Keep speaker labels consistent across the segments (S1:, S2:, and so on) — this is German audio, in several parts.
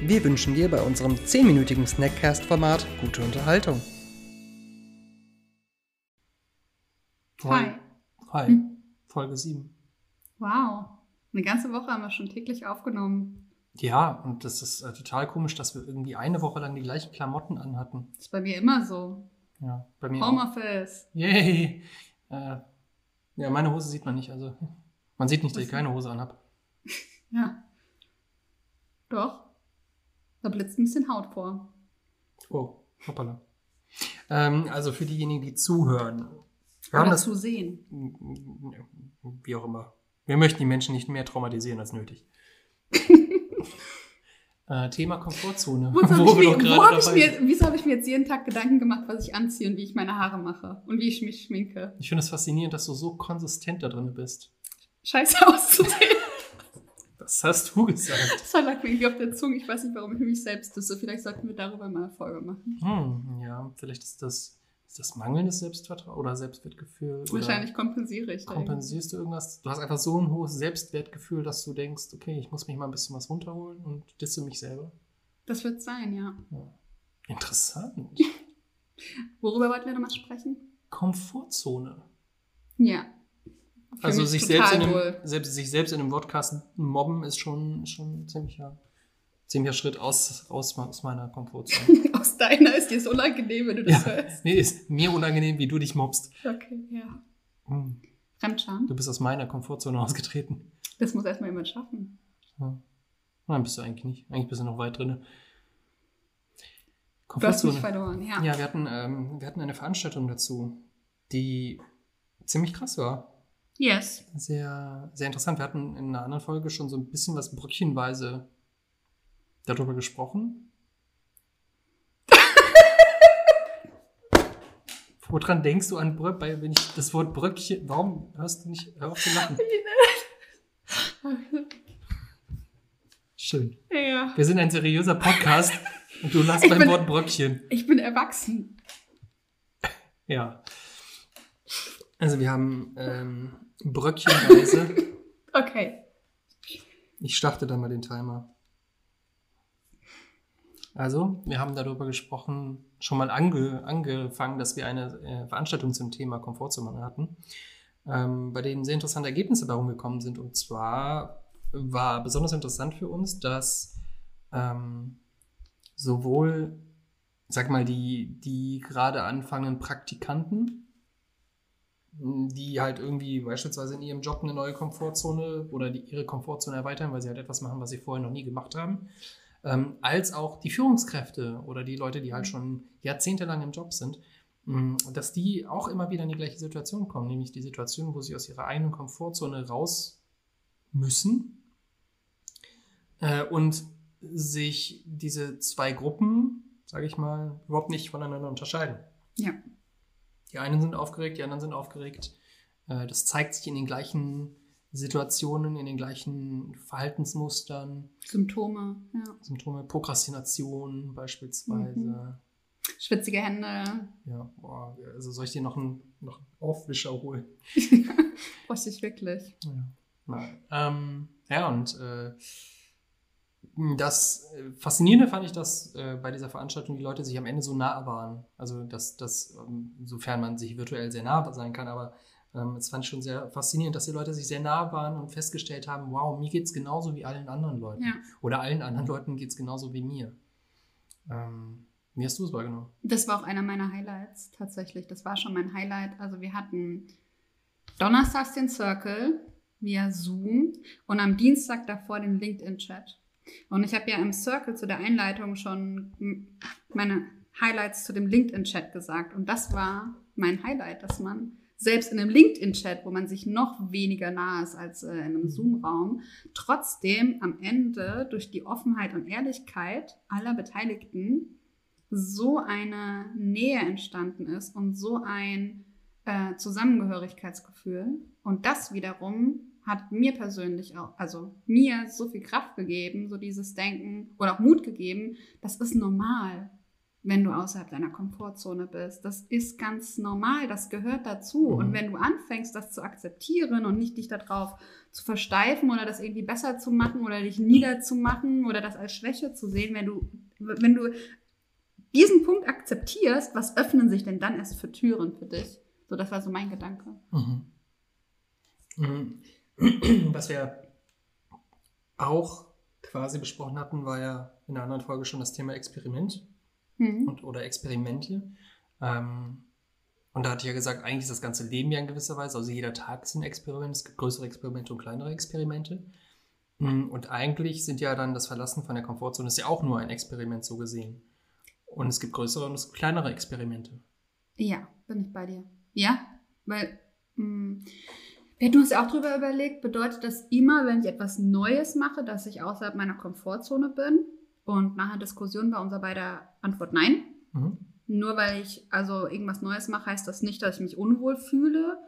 S1: Wir wünschen dir bei unserem 10-minütigen Snackcast-Format gute Unterhaltung.
S2: Hi.
S1: Hi. Folge 7.
S2: Wow. Eine ganze Woche haben wir schon täglich aufgenommen.
S1: Ja, und das ist äh, total komisch, dass wir irgendwie eine Woche lang die gleichen Klamotten anhatten.
S2: Das ist bei mir immer so.
S1: Ja, bei mir auch.
S2: Homeoffice.
S1: Yay! Äh, ja, meine Hose sieht man nicht, also man sieht nicht, dass ich keine Hose anhab.
S2: Ja. Doch. Da blitzt ein bisschen Haut vor.
S1: Oh, hoppala. Ähm, also für diejenigen, die zuhören, wir haben
S2: Oder
S1: das,
S2: zu sehen.
S1: wie auch immer. Wir möchten die Menschen nicht mehr traumatisieren als nötig. äh, Thema Komfortzone.
S2: Wozu hab ich
S1: wir doch
S2: mir,
S1: gerade
S2: wo hab ich
S1: dabei
S2: mir, wieso habe ich mir jetzt jeden Tag Gedanken gemacht, was ich anziehe und wie ich meine Haare mache und wie ich mich schminke?
S1: Ich finde es faszinierend, dass du so konsistent da drin bist.
S2: Scheiße auszusehen.
S1: Das hast du gesagt.
S2: Das lag mir irgendwie auf der Zunge. Ich weiß nicht, warum ich mich selbst disse. Vielleicht sollten wir darüber mal eine Folge machen.
S1: Hm, ja, vielleicht ist das, ist das mangelndes Selbstvertrauen oder Selbstwertgefühl.
S2: Wahrscheinlich kompensiere ich da
S1: Oder kompensierst du irgendwas? Du hast einfach so ein hohes Selbstwertgefühl, dass du denkst, okay, ich muss mich mal ein bisschen was runterholen und disse mich selber.
S2: irgendwie. Das wird sein, ja.
S1: Interessant.
S2: Worüber wollten wir nochmal sprechen?
S1: Komfortzone.
S2: Ja. Für
S1: Also
S2: mich
S1: sich
S2: total
S1: selbst, in einem,
S2: wohl.
S1: selbst sich selbst in einem Podcast mobben ist schon, schon ein ziemlicher, ziemlicher Schritt aus, aus, aus meiner Komfortzone.
S2: Aus deiner ist dir so unangenehm, wenn du das
S1: ja,
S2: hörst.
S1: nee, ist mir unangenehm, wie du dich mobbst.
S2: Okay, ja.
S1: Hm,
S2: Fremdscham.
S1: Du bist aus meiner Komfortzone ausgetreten.
S2: Das muss erstmal jemand schaffen.
S1: Ja. Nein, bist du eigentlich nicht. Eigentlich bist du noch weit drin.
S2: Du hast mich verloren, ja.
S1: Ja, wir hatten, ähm, wir hatten eine Veranstaltung dazu, die ziemlich krass war.
S2: Yes.
S1: sehr, sehr interessant. Wir hatten in einer anderen Folge schon so ein bisschen was brückchenweise darüber gesprochen. Woran denkst du an Brö- bei, wenn ich das Wort Bröckchen, warum hörst du nicht, hör auf zu lachen? Schön.
S2: ja.
S1: Wir sind ein seriöser Podcast und du lachst
S2: Ich
S1: beim
S2: bin-
S1: Wort Bröckchen.
S2: Ich bin erwachsen.
S1: Ja. Also wir haben ähm, bröckchenweise,
S2: Okay.
S1: Ich starte dann mal den Timer. Also, wir haben darüber gesprochen, schon mal ange, angefangen, dass wir eine äh, Veranstaltung zum Thema Komfortzone hatten, ähm, bei denen sehr interessante Ergebnisse bei rumgekommen sind. Und zwar war besonders interessant für uns, dass ähm, sowohl, sag mal, die, die gerade anfangenden Praktikanten, mh, die halt irgendwie beispielsweise in ihrem Job eine neue Komfortzone oder die ihre Komfortzone erweitern, weil sie halt etwas machen, was sie vorher noch nie gemacht haben, ähm, als auch die Führungskräfte oder die Leute, die halt schon jahrzehntelang im Job sind, mh, dass die auch immer wieder in die gleiche Situation kommen, nämlich die Situation, wo sie aus ihrer eigenen Komfortzone raus müssen äh, und sich diese zwei Gruppen, sage ich mal, überhaupt nicht voneinander unterscheiden.
S2: Ja.
S1: Die einen sind aufgeregt, die anderen sind aufgeregt. Äh, Das zeigt sich in den gleichen Situationen, in den gleichen Verhaltensmustern,
S2: Symptome. Ja.
S1: Symptome, Prokrastination beispielsweise.
S2: Schwitzige Hände.
S1: Ja, boah, also soll ich dir noch einen, noch einen Aufwischer holen?
S2: Bräuchte ich wirklich.
S1: Ja, Nein. Ähm, ja und äh, das äh, Faszinierende fand ich, dass äh, bei dieser Veranstaltung die Leute sich am Ende so nah waren. Also, dass, dass ähm, sofern man sich virtuell sehr nah sein kann, aber ähm, es fand ich schon sehr faszinierend, dass die Leute sich sehr nah waren und festgestellt haben, wow, mir geht's genauso wie allen anderen Leuten.
S2: Ja.
S1: Oder allen anderen Leuten geht's genauso wie mir. Ähm, wie hast du es wahrgenommen?
S2: Das war auch einer meiner Highlights tatsächlich. Das war schon mein Highlight. Also wir hatten donnerstags den Circle via Zoom und am Dienstag davor den LinkedIn-Chat. Und ich habe ja im Circle zu der Einleitung schon m- meine Highlights zu dem LinkedIn-Chat gesagt. Und das war mein Highlight, dass man selbst in einem LinkedIn-Chat, wo man sich noch weniger nah ist als äh, in einem Zoom-Raum, trotzdem am Ende durch die Offenheit und Ehrlichkeit aller Beteiligten so eine Nähe entstanden ist und so ein äh, Zusammengehörigkeitsgefühl. Und das wiederum hat mir persönlich auch, also mir so viel Kraft gegeben, so dieses Denken oder auch Mut gegeben, das ist normal, wenn du außerhalb deiner Komfortzone bist. Das ist ganz normal, das gehört dazu.
S1: Mhm.
S2: Und wenn du anfängst, das zu akzeptieren und nicht dich darauf zu versteifen oder das irgendwie besser zu machen oder dich niederzumachen oder das als Schwäche zu sehen, wenn du, wenn du diesen Punkt akzeptierst, was öffnen sich denn dann erst für Türen für dich? So, das war so mein Gedanke.
S1: Mhm. Mhm. Was wir auch quasi besprochen hatten, war ja in einer anderen Folge schon das Thema Experiment
S2: Mhm.
S1: und, oder Experimente. Ähm, und da hatte ich ja gesagt, eigentlich ist das ganze Leben ja in gewisser Weise, also jeder Tag ist ein Experiment, es gibt größere Experimente und kleinere Experimente. Mhm, Und eigentlich sind ja dann das Verlassen von der Komfortzone ist ja auch nur ein Experiment so gesehen. Und es gibt größere und es gibt kleinere Experimente.
S2: Ja, bin ich bei dir. Ja, weil hm, mh, wir hatten uns ja auch drüber überlegt, bedeutet das immer, wenn ich etwas Neues mache, dass ich außerhalb meiner Komfortzone bin? Und nach einer Diskussion war unser beider Antwort nein.
S1: Mhm.
S2: Nur weil ich also irgendwas Neues mache, heißt das nicht, dass ich mich unwohl fühle.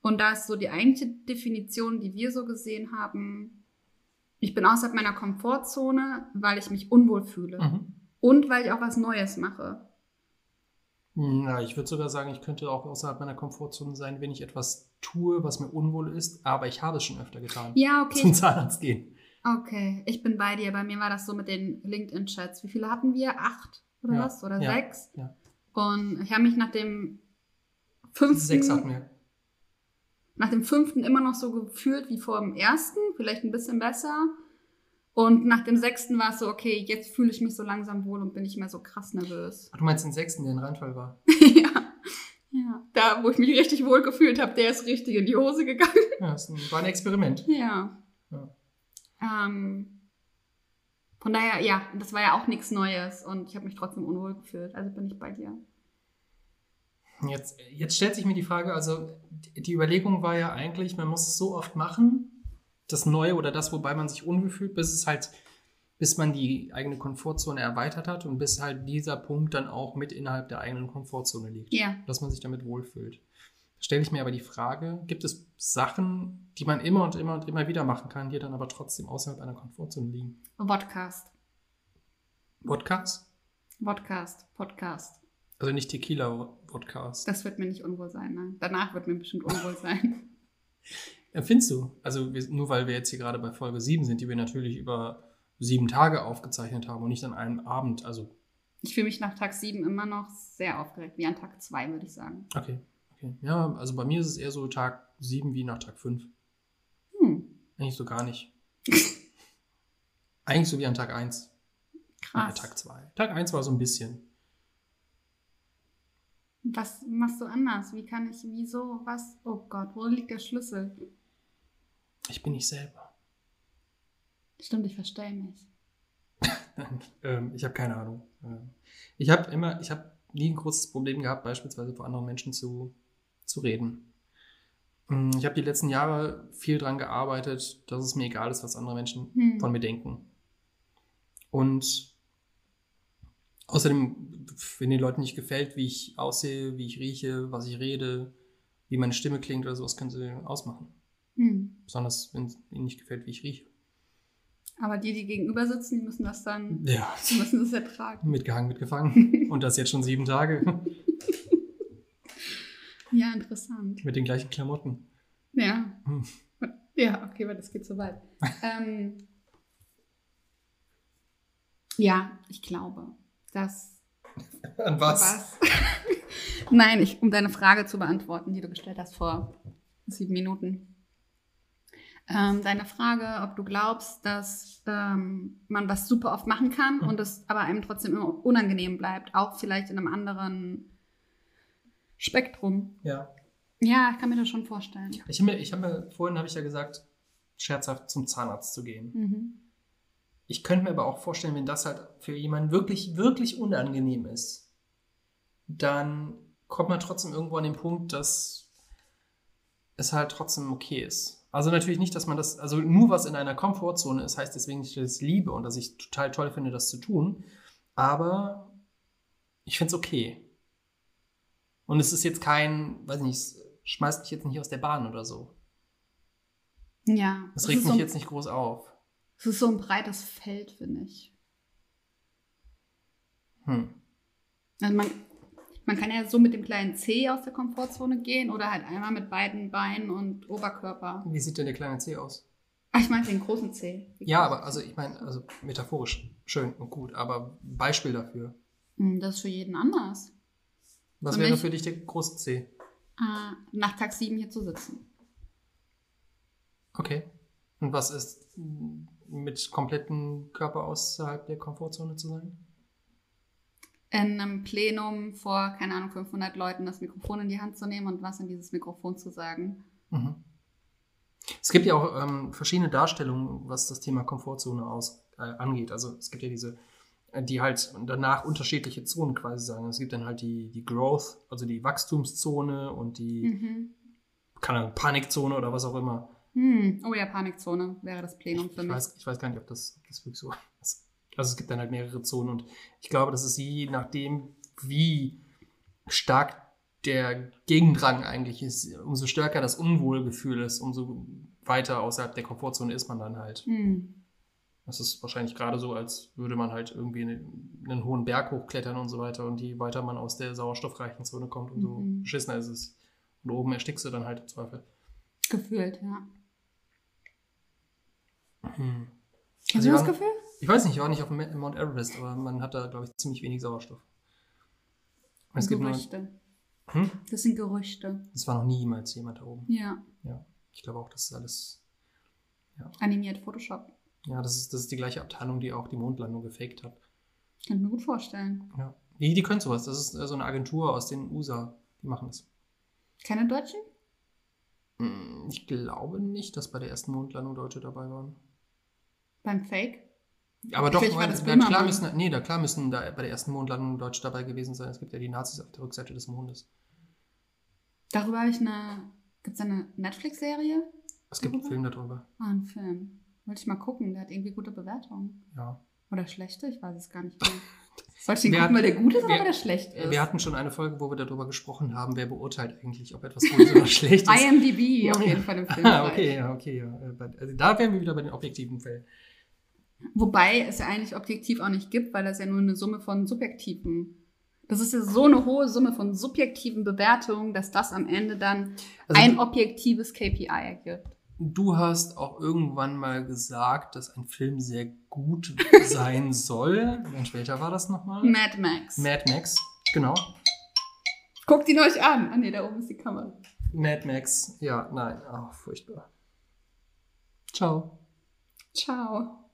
S2: Und da ist so die eigentliche Definition, die wir so gesehen haben, ich bin außerhalb meiner Komfortzone, weil ich mich unwohl fühle.
S1: Mhm.
S2: Und weil ich auch was Neues mache.
S1: Na, ich würde sogar sagen, ich könnte auch außerhalb meiner Komfortzone sein, wenn ich etwas tue, was mir unwohl ist, aber ich habe es schon öfter getan.
S2: Ja, okay.
S1: Zum Zahnarzt gehen.
S2: Okay, ich bin bei dir. Bei mir war das so mit den LinkedIn-Chats. Wie viele hatten wir? Acht oder
S1: Ja,
S2: was? Oder
S1: ja,
S2: sechs?
S1: ja.
S2: Und ich habe mich nach dem fünften,
S1: Sechs hatten wir.
S2: nach dem fünften immer noch so gefühlt wie vor dem ersten, vielleicht ein bisschen besser. Und nach dem sechsten war es so, okay, jetzt fühle ich mich so langsam wohl und bin nicht mehr so krass nervös.
S1: Ach, du meinst den sechsten, der in Rheinfall war.
S2: ja. ja. Da, wo ich mich richtig wohl gefühlt habe, der ist richtig in die Hose gegangen.
S1: Ja, das ist ein- war ein Experiment.
S2: Ja.
S1: Ja.
S2: Ähm, von daher, ja, das war ja auch nichts Neues und ich habe mich trotzdem unwohl gefühlt. Also bin ich bei dir.
S1: Jetzt, jetzt stellt sich mir die Frage, also die die Überlegung war ja eigentlich, man muss es so oft machen, das Neue oder das, wobei man sich unwohl fühlt, bis es halt, bis man die eigene Komfortzone erweitert hat und bis halt dieser Punkt dann auch mit innerhalb der eigenen Komfortzone liegt.
S2: Ja.
S1: dass man sich damit wohlfühlt. Stelle ich mir aber die Frage, gibt es Sachen, die man immer und immer und immer wieder machen kann, die dann aber trotzdem außerhalb einer Komfortzone liegen?
S2: Vodcast.
S1: Podcasts?
S2: Vodcast. Podcast.
S1: Also nicht Tequila-Podcasts.
S2: Das wird mir nicht unwohl sein, nein. Danach wird mir bestimmt unwohl sein.
S1: Empfindest du? Also wir, nur weil wir jetzt hier gerade bei Folge 7 sind, die wir natürlich über sieben Tage aufgezeichnet haben und nicht an einem Abend. Also,
S2: Ich fühle mich nach Tag 7 immer noch sehr aufgeregt, wie an Tag 2, würde ich sagen.
S1: okay. okay. Ja, also bei mir ist es eher so Tag 7 wie nach Tag 5.
S2: Hm,
S1: Eigentlich so gar nicht. Eigentlich so wie an Tag 1. Ja,
S2: krass.
S1: Tag 2. Tag 1 war so ein bisschen.
S2: Was machst du anders? Wie kann ich, wieso, was? Oh Gott, wo liegt der Schlüssel?
S1: Ich bin ich selber.
S2: Stimmt, ich verstehe mich.
S1: ähm, ich habe keine Ahnung. Ähm, ich habe immer, ich habe nie ein großes Problem gehabt, beispielsweise vor anderen Menschen zu, zu reden. Ähm, Ich habe die letzten Jahre viel dran gearbeitet, dass es mir egal ist, was andere Menschen
S2: Hm.
S1: von mir denken. Und außerdem, wenn den Leuten nicht gefällt, wie ich aussehe, wie ich rieche, was ich rede, wie meine Stimme klingt oder sowas, können sie ausmachen.
S2: Hm.
S1: Besonders, wenn es ihnen nicht gefällt, wie ich rieche.
S2: Aber die, die gegenüber sitzen, die müssen das dann
S1: Ja.
S2: Sie müssen das ertragen.
S1: Mitgehangen, mitgefangen. Und das jetzt schon sieben Tage.
S2: Ja, interessant.
S1: Mit den gleichen Klamotten.
S2: Ja.
S1: Hm.
S2: Ja, okay, aber das geht so weit. ähm, ja, ich glaube, dass
S1: An
S2: was. Nein, ich, um deine Frage zu beantworten, die du gestellt hast vor sieben Minuten. Ähm, deine Frage, ob du glaubst, dass ähm, man was super oft machen kann
S1: Mhm.
S2: und es aber einem trotzdem immer unangenehm bleibt, auch vielleicht in einem anderen Spektrum.
S1: Ja.
S2: Ja, ich kann mir das schon vorstellen.
S1: Ich habe mir, ich hab mir, vorhin habe ich ja gesagt, scherzhaft zum Zahnarzt zu gehen.
S2: Mhm.
S1: Ich könnte mir aber auch vorstellen, wenn das halt für jemanden wirklich, wirklich unangenehm ist, dann kommt man trotzdem irgendwo an den Punkt, dass es halt trotzdem okay ist. Also natürlich nicht, dass man das, also nur was in einer Komfortzone ist, heißt deswegen nicht, dass ich es liebe und dass ich total toll finde, das zu tun. Aber ich finde es okay. Und es ist jetzt kein, weiß nicht, es schmeißt mich jetzt nicht aus der Bahn oder so.
S2: Ja.
S1: Es regt
S2: ist
S1: mich
S2: so, ein-
S1: jetzt nicht groß auf.
S2: Es ist so ein breites Feld, finde ich.
S1: Hm.
S2: Also man, man kann ja so mit dem kleinen C aus der Komfortzone gehen oder halt einmal mit beiden Beinen und Oberkörper.
S1: Wie sieht denn der kleine C aus?
S2: Ah, ich meine den großen C. Die
S1: Ja,
S2: große
S1: aber also ich meine, also metaphorisch schön und gut, aber Beispiel dafür.
S2: Hm, Das ist für jeden anders.
S1: Was
S2: Für
S1: wäre
S2: mich-
S1: für dich der große C?
S2: Ah, nach Tag 7 hier zu sitzen.
S1: Okay. Und was ist m, mit kompletten Körper außerhalb der Komfortzone zu sein?
S2: In einem Plenum vor, keine Ahnung, 500 Leuten das Mikrofon in die Hand zu nehmen und was in dieses Mikrofon zu sagen.
S1: Mhm. Es gibt ja auch ähm, verschiedene Darstellungen, was das Thema Komfortzone aus, äh, angeht. Also es gibt ja diese, äh, die halt danach unterschiedliche Zonen quasi sagen. Es gibt dann halt die, die Growth, also die Wachstumszone und die
S2: Mhm.
S1: keine Ahnung, Panikzone oder was auch immer.
S2: Hm. Oh ja, Panikzone wäre das Plenum für
S1: Ich
S2: mich.
S1: weiß, ich weiß gar nicht, ob das, ob das wirklich so ist. Also es gibt dann halt mehrere Zonen und ich glaube, das ist je nachdem, wie stark der Gegendrang eigentlich ist, umso stärker das Unwohlgefühl ist, umso weiter außerhalb der Komfortzone ist man dann halt.
S2: Hm.
S1: Das ist wahrscheinlich gerade so, als würde man halt irgendwie einen, einen hohen Berg hochklettern und so weiter und je weiter man aus der sauerstoffreichen Zone kommt, umso
S2: Mhm.
S1: beschissener ist es. Und oben erstickst du dann halt im Zweifel.
S2: Gefühlt, ja.
S1: Hm.
S2: Hast
S1: Also
S2: du das
S1: wann-
S2: Gefühl?
S1: Ich weiß nicht, ich war nicht auf dem Ma- Mount Everest, aber man hat da, glaube ich, ziemlich wenig Sauerstoff. Und es gibt nur,
S2: Gerüchte.
S1: hm?
S2: Das sind Gerüchte.
S1: Es war noch nie jemals jemand da oben.
S2: Ja.
S1: Ich glaube auch, das ist alles.
S2: Animiert Photoshop.
S1: Ja, das ist, das ist die gleiche Abteilung, die auch die Mondlandung gefaked hat.
S2: Kann ich mir gut vorstellen.
S1: Ja. Die, die können sowas. Das ist äh, so eine Agentur aus den USA. Die machen das.
S2: Keine Deutschen?
S1: Hm, Ich glaube nicht, dass bei der ersten Mondlandung Deutsche dabei waren.
S2: Beim Fake?
S1: Aber doch,
S2: Vielleicht war
S1: weil-
S2: das
S1: na,
S2: Böhmermann.
S1: klar müssen, nee, da klar müssen da bei der ersten Mondlandung Deutsche dabei gewesen sein. Es gibt ja die Nazis auf der Rückseite des Mondes.
S2: Darüber habe ich eine. Gibt es eine Netflix-Serie?
S1: Es gibt einen Film darüber.
S2: Ah, einen Film. Wollte ich mal gucken. Der hat irgendwie gute Bewertungen.
S1: Ja.
S2: Oder schlechte? Ich weiß es gar nicht mehr. Soll ich den
S1: Wir
S2: gucken,
S1: hatten-
S2: weil der gut ist oder
S1: wir-
S2: weil der schlecht ist?
S1: Wir hatten schon eine Folge, wo wir darüber gesprochen haben, wer beurteilt eigentlich, ob etwas gut oder schlecht ist.
S2: IMDb auf
S1: Ja.
S2: jeden Fall im Film.
S1: Ah, okay, ja, okay, ja. Äh, bei- Also da wären wir wieder bei den objektiven Fällen.
S2: Wobei es ja eigentlich objektiv auch nicht gibt, weil das ja nur eine Summe von subjektiven. Das ist ja so eine hohe Summe von subjektiven Bewertungen, dass das am Ende dann
S1: Also
S2: ein objektives KPI ergibt.
S1: du hast auch irgendwann mal gesagt, dass ein Film sehr gut sein soll. Und später war das nochmal?
S2: Mad Max.
S1: Mad Max, genau.
S2: Guckt ihn euch an. Ah ne, da oben ist die Kamera.
S1: Mad Max, ja, nein, ach, furchtbar. Ciao.
S2: Ciao.